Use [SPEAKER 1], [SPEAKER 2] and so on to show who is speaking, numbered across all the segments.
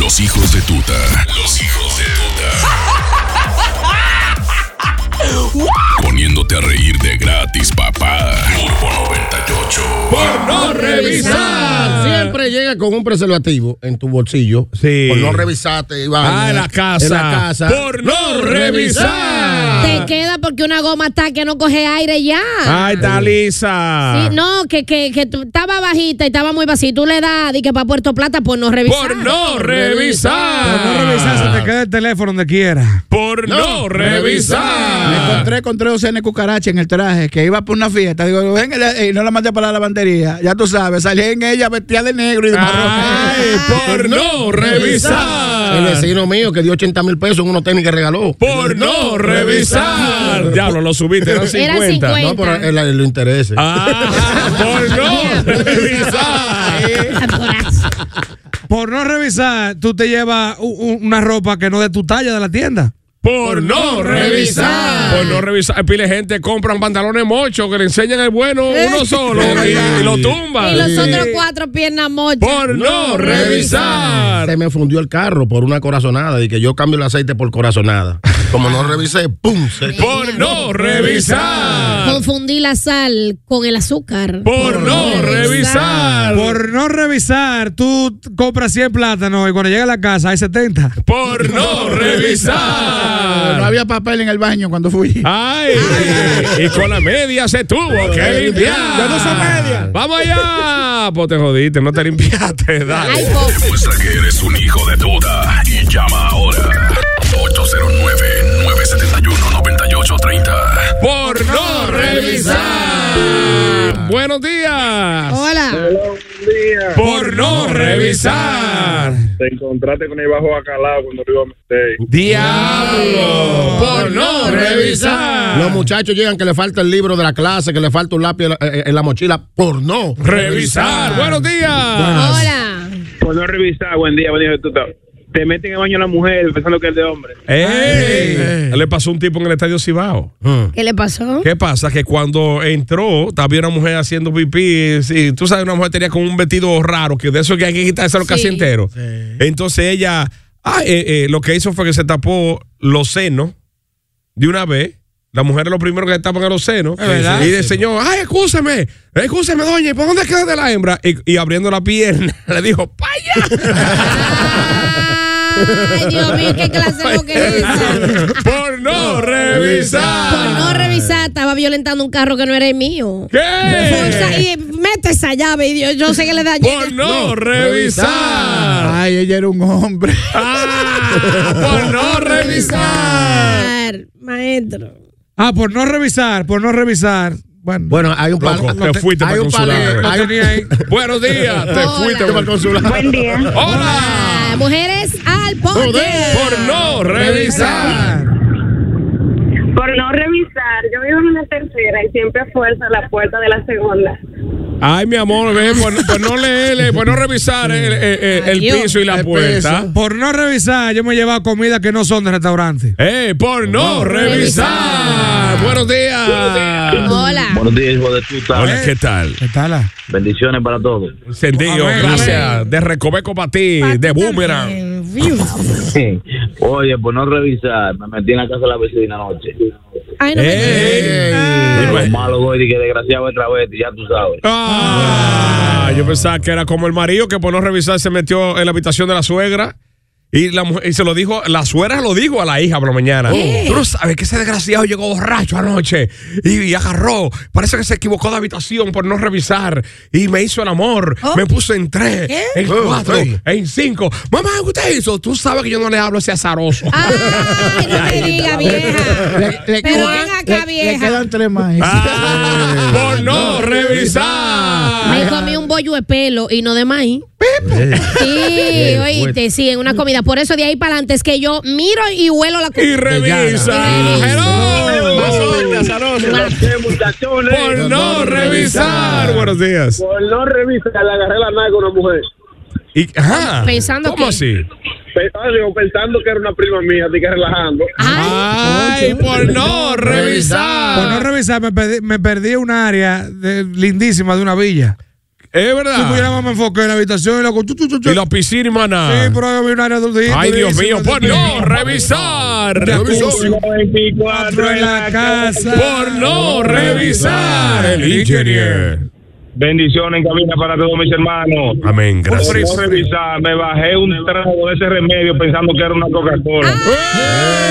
[SPEAKER 1] Los hijos de tuta. Los hijos de tuta. Poniéndote a reír de gratis, papá. Turbo 98.
[SPEAKER 2] no revisar.
[SPEAKER 3] Siempre llega con un preservativo en tu bolsillo.
[SPEAKER 2] Sí.
[SPEAKER 3] Por no revisarte, Iván.
[SPEAKER 2] Ah, en la casa.
[SPEAKER 3] En la casa.
[SPEAKER 2] Por no revisar.
[SPEAKER 4] Te queda porque una goma está que no coge aire ya.
[SPEAKER 2] Ay, está lisa.
[SPEAKER 4] Sí, no, que, que, que tú- estaba bajita y estaba muy vacía. Y Tú le das, di que para Puerto Plata por no revisar.
[SPEAKER 2] Por no revisar.
[SPEAKER 5] Por no revisar, se te queda el teléfono donde quiera.
[SPEAKER 2] Por no
[SPEAKER 1] Ah.
[SPEAKER 3] Me
[SPEAKER 2] revisar.
[SPEAKER 3] encontré con tres docenas de cucarachas en el traje que iba por una fiesta. Digo, ven, eh, no la mandé para la lavandería. Ya tú sabes, salí en ella vestida de negro y de marrón.
[SPEAKER 1] Ah.
[SPEAKER 2] Ay, por no
[SPEAKER 3] El
[SPEAKER 2] revisar.
[SPEAKER 3] vecino mío que dio 80 mil pesos en unos tenis que regaló.
[SPEAKER 2] Por no revisar. Diablo, lo subiste, eran
[SPEAKER 4] Eran
[SPEAKER 2] 50.
[SPEAKER 4] 50.
[SPEAKER 3] No, por el, el interés.
[SPEAKER 2] Ah, por no revisar.
[SPEAKER 4] Corazón.
[SPEAKER 5] Por no revisar, tú te llevas u- u- una ropa que no es de tu talla de la tienda.
[SPEAKER 2] Por no revisar. Por no revisar. Pile gente compran pantalones mochos que le enseñan el bueno uno solo y, y lo tumban.
[SPEAKER 4] y los otros cuatro piernas mochas.
[SPEAKER 2] Por no revisar.
[SPEAKER 3] Se me fundió el carro por una corazonada. Y que yo cambio el aceite por corazonada. Como no revisé, ¡pum! Se
[SPEAKER 2] Por no revisar.
[SPEAKER 4] Confundí la sal con el azúcar.
[SPEAKER 2] Por no revisar.
[SPEAKER 5] Por no revisar, tú t- compras 100 plátanos y cuando llega a la casa hay 70.
[SPEAKER 2] Por no
[SPEAKER 3] No
[SPEAKER 2] revisar.
[SPEAKER 3] había papel en el baño cuando fui.
[SPEAKER 2] Ay, y con la media se tuvo que limpiar.
[SPEAKER 3] Yo no uso media.
[SPEAKER 2] Vamos allá. Pues te jodiste, no te limpiaste. Dale.
[SPEAKER 4] Ay, po-
[SPEAKER 1] Demuestra que eres un hijo de tuta y llama ahora. 809-971-9830.
[SPEAKER 2] por no revisar. Buenos días.
[SPEAKER 4] Hola.
[SPEAKER 2] Por no revisar.
[SPEAKER 6] Te encontraste con el bajo bacalao cuando lo iba a meter.
[SPEAKER 2] Diablo. Por no
[SPEAKER 3] Los
[SPEAKER 2] revisar.
[SPEAKER 3] muchachos llegan que le falta el libro de la clase, que le falta un lápiz en la- en la mochila por no
[SPEAKER 2] Revisar. Buenos días.
[SPEAKER 4] Hola.
[SPEAKER 6] Por no revisar, buen día, buen día. Tú te- Te meten en el baño la mujer pensando que es de hombre.
[SPEAKER 2] Ey, Le pasó un tipo en el estadio Cibao.
[SPEAKER 4] ¿Qué le pasó?
[SPEAKER 2] ¿Qué pasa? Que cuando entró, había una mujer haciendo pipí. sí, tú sabes, una mujer tenía con un vestido raro, que de eso que hay que quitárselo casi
[SPEAKER 4] Sí.
[SPEAKER 2] entero. Entonces ella, ah, eh, eh, lo que hizo fue que se tapó los senos de una vez. La mujer es lo primero que se tapan a los senos.
[SPEAKER 5] verdad.
[SPEAKER 2] Y el señor, ay, excúseme, excúseme, doña, ¿y por dónde queda de la hembra? Y, y abriendo la pierna, le dijo, ¡paya!
[SPEAKER 4] Ay, Dios mío, qué clase de boca es esa.
[SPEAKER 2] Por no revisar.
[SPEAKER 4] Por Pues no revisar, estaba violentando un carro que no era el mío. Pulsa
[SPEAKER 2] ¿Qué?
[SPEAKER 4] y mete esa llave, y Dios, yo sé que le dañé.
[SPEAKER 2] Por no revisar.
[SPEAKER 3] Ay, ella era un hombre.
[SPEAKER 2] Ah, por no revisar.
[SPEAKER 4] Revisar, Maestro.
[SPEAKER 5] Ah, por no revisar, por no revisar. Bueno,
[SPEAKER 3] Bueno, hay un par-
[SPEAKER 2] Loco,
[SPEAKER 3] no
[SPEAKER 2] te fuiste eh.
[SPEAKER 3] hay
[SPEAKER 2] para
[SPEAKER 3] un par-
[SPEAKER 2] consulado.
[SPEAKER 5] lo
[SPEAKER 3] hay un-
[SPEAKER 5] tenía ahí.
[SPEAKER 2] Buenos días, te
[SPEAKER 4] Hola.
[SPEAKER 2] fuiste
[SPEAKER 3] para el consulado.
[SPEAKER 7] Buen día.
[SPEAKER 2] Hola.
[SPEAKER 4] Ah, mujeres al poder.
[SPEAKER 2] Por no revisar.
[SPEAKER 7] Por no revisar, yo vivo en una tercera y siempre a fuerza la puerta de la segunda.
[SPEAKER 2] Ay, mi amor, ve, por, por no leerle, por no revisar el, el- el- el
[SPEAKER 4] Adiós.
[SPEAKER 2] piso y la
[SPEAKER 3] El
[SPEAKER 2] puerta.
[SPEAKER 3] piso.
[SPEAKER 5] Por no revisar, yo me he llevado comida que no son de restaurante.
[SPEAKER 2] Eh, por no revisar. Buenos días. Eh.
[SPEAKER 4] Hola.
[SPEAKER 8] Buenos días, hijo de puta.
[SPEAKER 2] Hola, ¿qué tal?
[SPEAKER 5] ¿Qué tal? ah?
[SPEAKER 8] Bendiciones para todos.
[SPEAKER 2] Encendido,
[SPEAKER 5] Amén,
[SPEAKER 2] gracias. De recoveco para ti, de boomerang.
[SPEAKER 8] Oye, por no revisar, Ah, me metí en la casa de la vecina anoche.
[SPEAKER 4] Ay, no me
[SPEAKER 2] Eh.
[SPEAKER 8] Lo
[SPEAKER 2] Ey.
[SPEAKER 8] malo, Goy, que desgraciado otra vez, ya tú sabes.
[SPEAKER 2] Ah, yo pensaba que era como el marido que por no revisar se metió en la habitación de la suegra Y, la mujer- y se lo dijo, la suegra lo dijo a la hija por la mañana. Tú no sabes que ese desgraciado llegó borracho anoche y, y agarró. Parece que se equivocó de habitación por no revisar. Y me hizo el amor. Me puso en tres, en
[SPEAKER 1] Oh,
[SPEAKER 2] cuatro, en cinco. Mamá, ¿qué usted hizo? Tú sabes que yo no le hablo a ese azaroso.
[SPEAKER 4] Ay, no te diga, vieja. Pero ven acá,
[SPEAKER 3] le- le
[SPEAKER 4] vieja.
[SPEAKER 3] quedan tres más.
[SPEAKER 2] Ah, por no revisar.
[SPEAKER 3] Ah.
[SPEAKER 4] Me comí un bollo de pelo y no de maíz. Sí, oíste, sí, en una comida. Por eso de ahí para adelante es que yo miro y huelo la
[SPEAKER 2] Y
[SPEAKER 4] comida.
[SPEAKER 2] revisa. Hello.
[SPEAKER 6] muchachones.
[SPEAKER 2] Por no revisar. Buenos días.
[SPEAKER 6] Por no revisar, le agarré la nalga a una mujer.
[SPEAKER 2] Y, ajá.
[SPEAKER 4] Pensando
[SPEAKER 2] ¿Cómo
[SPEAKER 4] que-
[SPEAKER 2] así?
[SPEAKER 6] Pensaba, digo, Pensando que era una prima mía, así que relajando.
[SPEAKER 4] Ay,
[SPEAKER 2] Ah. Ay, por no revisar.
[SPEAKER 5] Por no revisar, me perdí, me perdí una área de- lindísima de una villa.
[SPEAKER 2] Es
[SPEAKER 5] Si pudiera
[SPEAKER 2] verdad.
[SPEAKER 5] más me enfoqué en la habitación y la chu, chu, chu, chu.
[SPEAKER 2] Y la piscina, maná.
[SPEAKER 5] Sí, pero había un área de
[SPEAKER 2] Ay, Dios mío, por no revisar.
[SPEAKER 5] Jacuzzi.
[SPEAKER 6] Cuatro
[SPEAKER 5] en la casa.
[SPEAKER 2] Por no revisar. El ingeniero.
[SPEAKER 6] Bendiciones en cabina para todos mis hermanos.
[SPEAKER 2] Amén,
[SPEAKER 6] Por
[SPEAKER 2] gracias.
[SPEAKER 6] no revisar, me bajé un trago de ese remedio pensando que era una Coca-Cola.
[SPEAKER 4] Ah,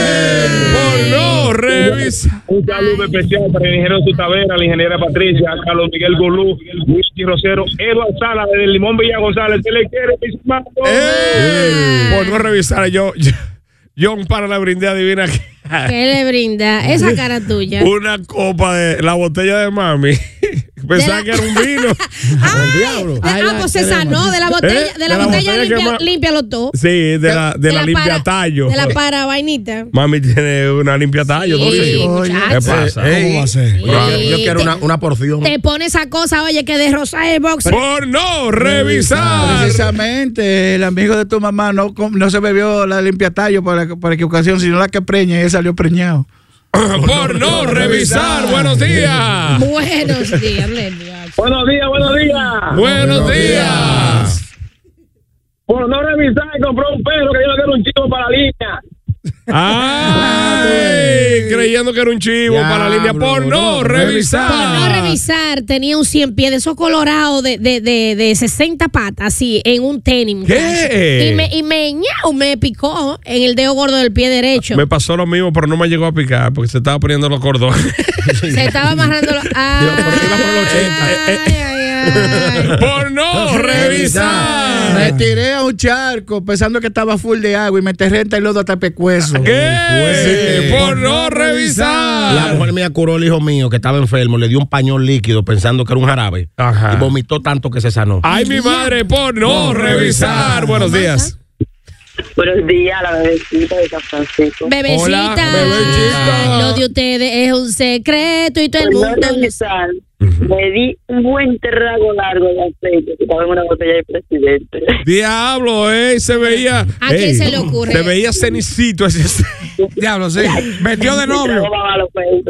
[SPEAKER 2] Por no revisar.
[SPEAKER 6] Un saludo especial para el ingeniero Tutavera, la ingeniera Patricia, Carlos Miguel Golú, Luis Rosero, Eduardo Sala, desde Limón Villa González. ¿Qué le quiere, mis hermanos?
[SPEAKER 2] Ey, Por no revisar. Yo, yo- John para la brindé adivina qué.
[SPEAKER 4] ¿qué le brinda? Esa cara tuya.
[SPEAKER 2] una copa de la botella de mami. Pensaba
[SPEAKER 4] De
[SPEAKER 2] que
[SPEAKER 4] la-
[SPEAKER 2] era un vino.
[SPEAKER 4] Ay, de- ah, pues se sanó de la botella,
[SPEAKER 2] Eh,
[SPEAKER 4] de la botella
[SPEAKER 2] que
[SPEAKER 4] limpia,
[SPEAKER 2] ma-
[SPEAKER 4] limpia los dos.
[SPEAKER 2] Sí, de, la, de la limpia
[SPEAKER 4] para-
[SPEAKER 2] tallo.
[SPEAKER 4] De la para vainita.
[SPEAKER 2] Mami tiene una limpia tallo. ¿no?
[SPEAKER 4] Sí,
[SPEAKER 2] Sí.
[SPEAKER 4] muchacho.
[SPEAKER 2] ¿Qué pasa?
[SPEAKER 9] ¿Cómo va a ser?
[SPEAKER 4] Oye, yo- yo quiero una-
[SPEAKER 9] porción.
[SPEAKER 4] Te pone esa cosa, oye, que desrosa el box.
[SPEAKER 2] Por no revisar.
[SPEAKER 3] Precisamente, el amigo de tu mamá no, com- no se bebió la limpiatallo por, por equivocación, sino la que preña y él salió preñado.
[SPEAKER 2] Por no revisar. Buenos días.
[SPEAKER 4] Buenos días, Leslie.
[SPEAKER 6] Buenos días, buenos días.
[SPEAKER 2] Buenos días.
[SPEAKER 6] Por no revisar, compró un perro que yo no quiero un chivo para la línea.
[SPEAKER 2] Ay, creyendo que era un chivo
[SPEAKER 9] Ya,
[SPEAKER 2] para la línea. Por
[SPEAKER 9] bro,
[SPEAKER 2] no
[SPEAKER 9] no,
[SPEAKER 2] revisar.
[SPEAKER 4] Para no revisar, tenía un 100 pies de esos colorados de, de, de, de 60 patas, así, en un tenis. muchacho.
[SPEAKER 2] ¿Qué?
[SPEAKER 4] Y me, y me, ñau, me picó en el dedo gordo del pie derecho.
[SPEAKER 2] Me pasó lo mismo, pero no me llegó a picar porque se estaba poniendo los cordones.
[SPEAKER 4] Se estaba amarrando. Lo...
[SPEAKER 2] porque iba por el 80.
[SPEAKER 4] Ay, ay, ay.
[SPEAKER 2] Por no revisar.
[SPEAKER 3] Me tiré a un charco pensando que estaba full de agua y me enterré entre el lodo hasta el pecueso.
[SPEAKER 2] ¿Qué?
[SPEAKER 9] Pues,
[SPEAKER 2] Por no
[SPEAKER 9] La
[SPEAKER 2] revisar.
[SPEAKER 9] mujer mía curó al hijo mío que estaba enfermo, le dio un pañol líquido pensando que era un jarabe
[SPEAKER 2] Ajá. Ah,
[SPEAKER 9] y vomitó tanto que se sanó.
[SPEAKER 2] Ay, mi madre, por no revisar. Buenos días.
[SPEAKER 7] Buenos días, la bebecita de San Francisco.
[SPEAKER 4] Bebecita,
[SPEAKER 2] Hola, bebecita.
[SPEAKER 4] lo de ustedes es un secreto y todo el
[SPEAKER 7] Por
[SPEAKER 4] mundo.
[SPEAKER 7] no revisar, me di un buen trago largo de aceite que estaba en una botella de presidente.
[SPEAKER 2] Diablo, eh, se veía.
[SPEAKER 4] ¿A quién
[SPEAKER 2] ey,
[SPEAKER 4] se le ocurre?
[SPEAKER 2] Se veía cenicito ese.
[SPEAKER 5] Diablo, sí. Metió de novio.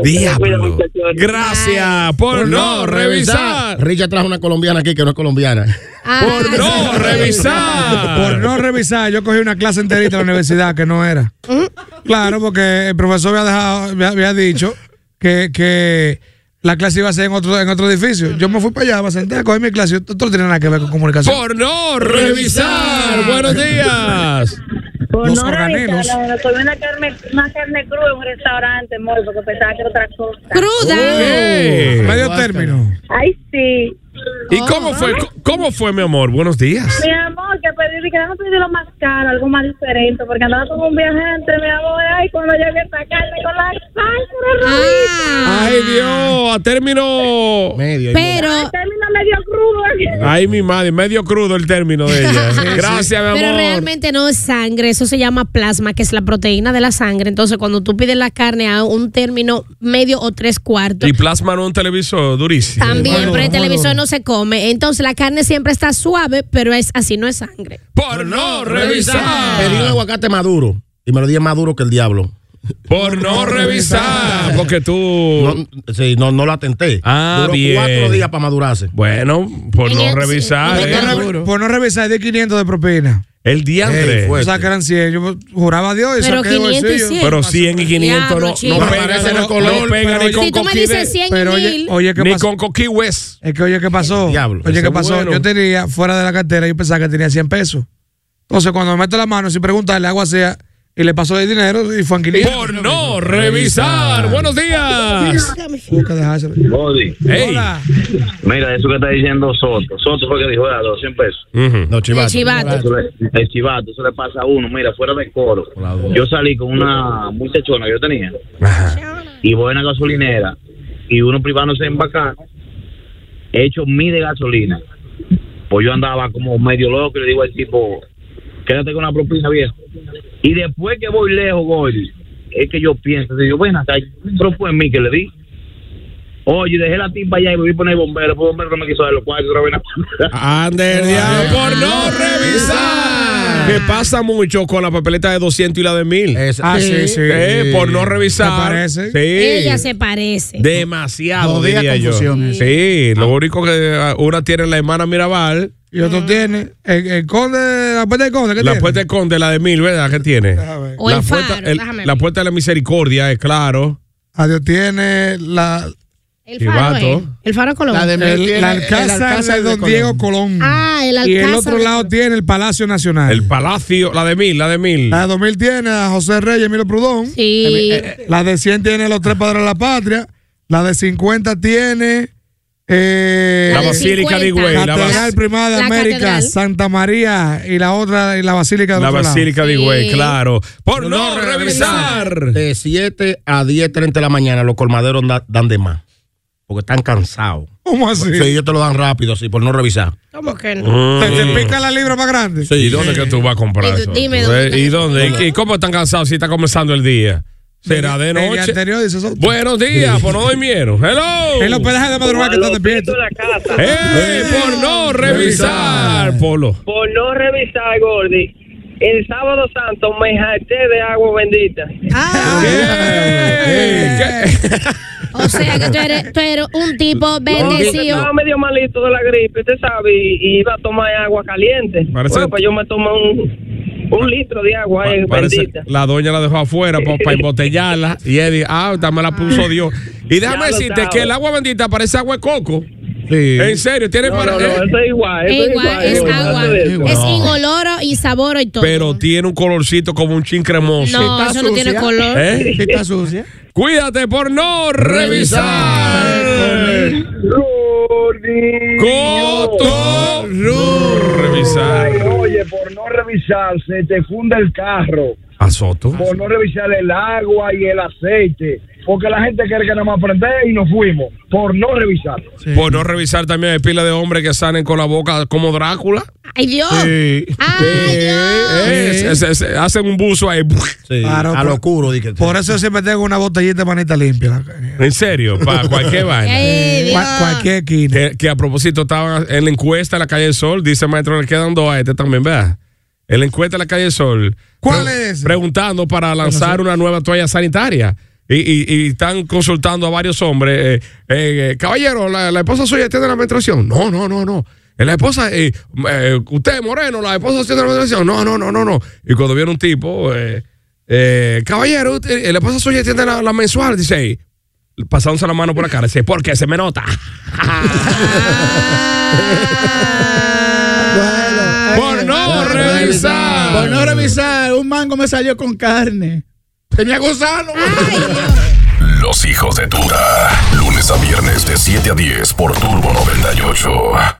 [SPEAKER 2] Diablo. Gracias por no revisar.
[SPEAKER 9] Richard trajo una colombiana aquí que no es colombiana.
[SPEAKER 4] Ay,
[SPEAKER 2] Por no revisar.
[SPEAKER 5] Por no revisar, yo cogí una clase enterita en la universidad que no era. Claro, porque el profesor había, dejado, había, había dicho que, que la clase iba a ser en otro, en otro edificio. Yo me fui para allá, me senté a coger mi clase. Esto no tiene nada que ver con comunicación.
[SPEAKER 2] Por no revisar. Buenos días.
[SPEAKER 7] Por
[SPEAKER 5] Los
[SPEAKER 7] no
[SPEAKER 5] organelos.
[SPEAKER 7] revisar, la- comí una carne, una carne cruda en un restaurante, amor, porque pensaba que era otra cosa.
[SPEAKER 4] Cruda.
[SPEAKER 2] Ey.
[SPEAKER 5] Medio término.
[SPEAKER 7] Ay, sí.
[SPEAKER 2] ¿Y cómo fue? ¿Cómo fue, mi amor? Buenos días.
[SPEAKER 7] Mi amor, que pedí, que no pedí lo más caro, algo más diferente, porque andaba como un viajante, mi amor, ay, cuando llegué a esta carne con la salsa,
[SPEAKER 4] Ah,
[SPEAKER 2] Ay, Dios, a término.
[SPEAKER 9] Medio.
[SPEAKER 4] Pero,
[SPEAKER 7] termina medio crudo.
[SPEAKER 2] Ay, mi madre, medio crudo el término de ella. Gracias, mi amor.
[SPEAKER 4] pero realmente no es sangre, eso se llama plasma, que es la proteína de la sangre. Entonces, cuando tú pides la carne a un término medio o tres cuartos,
[SPEAKER 2] Y plasman un televisor durísimo.
[SPEAKER 4] también, pero el televisor no se come. Entonces, la carne siempre está suave, pero es así, no es sangre.
[SPEAKER 2] Por no
[SPEAKER 9] Pedí un
[SPEAKER 2] revisar.
[SPEAKER 9] aguacate maduro y me lo di más duro que el diablo.
[SPEAKER 2] Por no revisar. Porque
[SPEAKER 9] No,
[SPEAKER 2] tú.
[SPEAKER 9] sí, no, no la tenté.
[SPEAKER 2] Ah,
[SPEAKER 9] Duró
[SPEAKER 2] bien.
[SPEAKER 9] cuatro días para madurarse.
[SPEAKER 2] Bueno, por no
[SPEAKER 4] Ella-
[SPEAKER 2] revisar.
[SPEAKER 4] sí,
[SPEAKER 2] ¿eh?
[SPEAKER 4] ella-
[SPEAKER 5] Por no- por no revisar, de 500 de propina.
[SPEAKER 2] El diantre.
[SPEAKER 9] Ey, fue.
[SPEAKER 5] O sea, que eran 100. Yo juraba a Dios y
[SPEAKER 4] Pero
[SPEAKER 5] saqué de
[SPEAKER 4] 500 y
[SPEAKER 5] bolsillo.
[SPEAKER 4] 100.
[SPEAKER 2] Pero 100 y 500 no,
[SPEAKER 4] Diablo,
[SPEAKER 2] no
[SPEAKER 4] chico.
[SPEAKER 2] pega,
[SPEAKER 9] Parece
[SPEAKER 2] no,
[SPEAKER 9] de color,
[SPEAKER 2] no pega
[SPEAKER 9] pero
[SPEAKER 2] ni con
[SPEAKER 4] Si tú me dices
[SPEAKER 2] coquí
[SPEAKER 4] 100 y
[SPEAKER 5] Pero oye,
[SPEAKER 4] 1000,
[SPEAKER 5] oye,
[SPEAKER 2] de-
[SPEAKER 5] ¿qué
[SPEAKER 2] Ni
[SPEAKER 5] pasó?
[SPEAKER 2] con coquí West.
[SPEAKER 5] Es que oye, ¿qué pasó?
[SPEAKER 9] Diablo,
[SPEAKER 5] oye,
[SPEAKER 9] ese
[SPEAKER 5] ¿qué pasó?
[SPEAKER 2] bueno.
[SPEAKER 5] Yo tenía fuera de la cartera, yo pensaba que tenía 100 pesos. Entonces, cuando me mete la mano, si pregunta, le hago así y le paso el dinero y fue
[SPEAKER 2] Por no revisar. Buenos días.
[SPEAKER 8] Body.
[SPEAKER 2] Hey.
[SPEAKER 8] Mira, eso que está diciendo Soto. Soto fue que dijo, era 200 pesos.
[SPEAKER 9] No, chivato.
[SPEAKER 4] El chivato.
[SPEAKER 8] Eso le- El chivato, eso le pasa a uno. Mira, fuera de coro. Yo salí con una muchachona que yo tenía. Y voy a una gasolinera. Y uno privándose en bacán. Hecho mil de gasolina. Pues yo andaba como medio loco. Y le digo al tipo, quédate con la propina viejo. Y después que voy lejos, Gordy, es que yo pienso. Digo, ven acá, pero fue en mí que le di. Oye, dejé la timpa allá y me voy a poner bombero. Pues bombero no me quiso dar los cuartos. otra vez nada.
[SPEAKER 9] Ander,
[SPEAKER 2] Ah,
[SPEAKER 9] diablo.
[SPEAKER 2] Por no revisar. Que pasa mucho con la papeleta de 200 y la de 1000.
[SPEAKER 9] Es-
[SPEAKER 5] Ah, sí, sí.
[SPEAKER 2] Eh, por no revisar.
[SPEAKER 5] Me parece.
[SPEAKER 2] Sí.
[SPEAKER 4] Ella se parece.
[SPEAKER 2] Demasiado,
[SPEAKER 3] Jodida
[SPEAKER 2] diría yo.
[SPEAKER 3] confusión es.
[SPEAKER 2] Sí, lo único que ah, una tiene la hermana Mirabal,
[SPEAKER 5] Y otro tiene. El, el conde, la puerta del conde, ¿qué
[SPEAKER 2] la
[SPEAKER 5] tiene?
[SPEAKER 2] puerta de Conde, la de Mil, ¿verdad? ¿Qué tiene?
[SPEAKER 5] Deja ver.
[SPEAKER 4] O
[SPEAKER 2] la,
[SPEAKER 4] el
[SPEAKER 2] puerta,
[SPEAKER 4] faro,
[SPEAKER 2] el-
[SPEAKER 4] déjame
[SPEAKER 2] la
[SPEAKER 4] ver.
[SPEAKER 2] puerta de la misericordia, es claro.
[SPEAKER 5] Adiós tiene la,
[SPEAKER 4] El faro,
[SPEAKER 2] Chivato.
[SPEAKER 4] es, el faro Colón.
[SPEAKER 3] La de- Él
[SPEAKER 5] el-
[SPEAKER 3] tiene
[SPEAKER 5] la
[SPEAKER 3] el
[SPEAKER 5] alcázar
[SPEAKER 3] Alcázar
[SPEAKER 5] de
[SPEAKER 3] de
[SPEAKER 5] Don
[SPEAKER 3] Colón.
[SPEAKER 5] Diego Colón.
[SPEAKER 4] Ah, el
[SPEAKER 5] Y el
[SPEAKER 4] Alcázar
[SPEAKER 5] otro
[SPEAKER 4] de-
[SPEAKER 5] lado tiene el Palacio Nacional.
[SPEAKER 2] El palacio, la de Mil, la de Mil.
[SPEAKER 5] la de 2000 tiene a José Reyes, Emilio Prudón.
[SPEAKER 4] sí.
[SPEAKER 5] La de 100 tiene los tres padres de la patria. La de 50 tiene. eh,
[SPEAKER 2] La
[SPEAKER 4] de
[SPEAKER 2] Basílica de
[SPEAKER 4] 50.
[SPEAKER 2] Higüey, la
[SPEAKER 5] Catedral
[SPEAKER 2] bas-
[SPEAKER 5] Primada de
[SPEAKER 4] La
[SPEAKER 5] América,
[SPEAKER 4] catedral.
[SPEAKER 5] Santa María y la otra, y la Basílica de
[SPEAKER 2] La Basílica de Higüey,
[SPEAKER 4] Sí.
[SPEAKER 2] claro. Por no, revisar.
[SPEAKER 9] De 7 a 10.30 de la mañana los colmaderos da- dan de más. Porque están cansados.
[SPEAKER 5] ¿Cómo así?
[SPEAKER 9] Sí, ellos te lo dan rápido, así, por no revisar.
[SPEAKER 4] ¿Cómo que no?
[SPEAKER 5] ¿Te, te pica la libra más grande?
[SPEAKER 2] ¿Y dónde que tú vas a comprar
[SPEAKER 4] Y
[SPEAKER 2] eso?
[SPEAKER 4] tú- dime
[SPEAKER 2] ¿Eh?
[SPEAKER 4] dónde
[SPEAKER 2] ¿Y
[SPEAKER 4] está-
[SPEAKER 2] dónde? ¿Y- ¿Y cómo están cansados si está comenzando el día? ¿Será de
[SPEAKER 5] El día
[SPEAKER 2] noche?
[SPEAKER 5] anterior, dice eso.
[SPEAKER 2] Buenos días, por no durmieron. Hello.
[SPEAKER 5] El hospedaje de madrugada que está despierto.
[SPEAKER 2] ¡Eh! Por no revisar, Polo.
[SPEAKER 10] Por no revisar, Gordy, el sábado santo me jacté de agua bendita.
[SPEAKER 2] ¡Eh! ¿Qué?
[SPEAKER 4] O sea que tú eres, tú eres un tipo bendecido.
[SPEAKER 10] Estaba medio malito de la gripe, usted sabe, y y iba a tomar agua caliente.
[SPEAKER 2] Parece-
[SPEAKER 10] Bueno, pues yo me tomé un, un litro de agua eh,
[SPEAKER 2] Parece que
[SPEAKER 10] bendita.
[SPEAKER 2] la doña la dejó afuera para embotellarla y Eddie, ah, esta me la puso Dios. Y déjame
[SPEAKER 10] Ya lo
[SPEAKER 2] decirte
[SPEAKER 10] sabe.
[SPEAKER 2] que el agua bendita parece agua de coco.
[SPEAKER 9] Sí.
[SPEAKER 2] En serio, tiene
[SPEAKER 10] No,
[SPEAKER 2] para.
[SPEAKER 10] no, no,
[SPEAKER 2] eh,
[SPEAKER 10] eso es igual, eso
[SPEAKER 4] Es igual, es
[SPEAKER 10] Gordy,
[SPEAKER 4] agua.
[SPEAKER 10] antes de eso.
[SPEAKER 4] Es inoloro y sabor y todo.
[SPEAKER 2] pero tiene un colorcito como un chin cremoso.
[SPEAKER 4] no, eso no tiene
[SPEAKER 3] sucia.
[SPEAKER 4] color.
[SPEAKER 2] ¿Eh?
[SPEAKER 3] Está sucia.
[SPEAKER 2] Cuídate por no revisar.
[SPEAKER 6] Gordy.
[SPEAKER 2] Coto. Revisar.
[SPEAKER 6] Oye, por no revisar, se te funda el carro.
[SPEAKER 2] A Soto.
[SPEAKER 6] Por no revisar el agua y el aceite. Porque la gente quiere que nada más prender y nos fuimos. Por no revisar.
[SPEAKER 2] Por no revisar también hay pila de hombres que salen con la boca como Drácula.
[SPEAKER 4] ¡Ay, Dios! ¡Ay, Dios!
[SPEAKER 2] Eh, se- se- se hacen un buzo ahí.
[SPEAKER 9] Sí,
[SPEAKER 5] Claro,
[SPEAKER 9] a
[SPEAKER 5] por-
[SPEAKER 9] lo oscuro, di que-
[SPEAKER 5] Por eso siempre tengo una botellita de manita limpia.
[SPEAKER 2] En serio, para cualquier vaina.
[SPEAKER 4] ¡Ay, Dios!
[SPEAKER 5] Cua- cualquier esquina.
[SPEAKER 2] Que, que a propósito estaba en la encuesta de la calle del Sol, dice maestro, le quedan dos a este también, ¿verdad? En la encuesta de la calle del Sol.
[SPEAKER 5] ¿Cuál es?
[SPEAKER 2] Preguntando para lanzar una nueva toalla sanitaria. Y, y- y están consultando a varios hombres. eh, eh, eh, caballero, la, la esposa suya tiene la menstruación. No, no, no, no. Eh, La esposa, eh, eh, usted moreno, la esposa tiene la menstruación. No, no, no, no, no. Y cuando viene un tipo, eh, eh, caballero, usted- eh, la esposa suya tiene la, la mensual. Dice, "Ey, pasándose la mano por la cara. Dice, ¿por qué? Se me nota.
[SPEAKER 3] Bueno.
[SPEAKER 2] Por no revisar.
[SPEAKER 3] Por no revisar, un mango me salió con carne. Tenía gusano.
[SPEAKER 1] Los hijos de Tuta. Lunes a viernes de 7 a 10 por Turbo 98.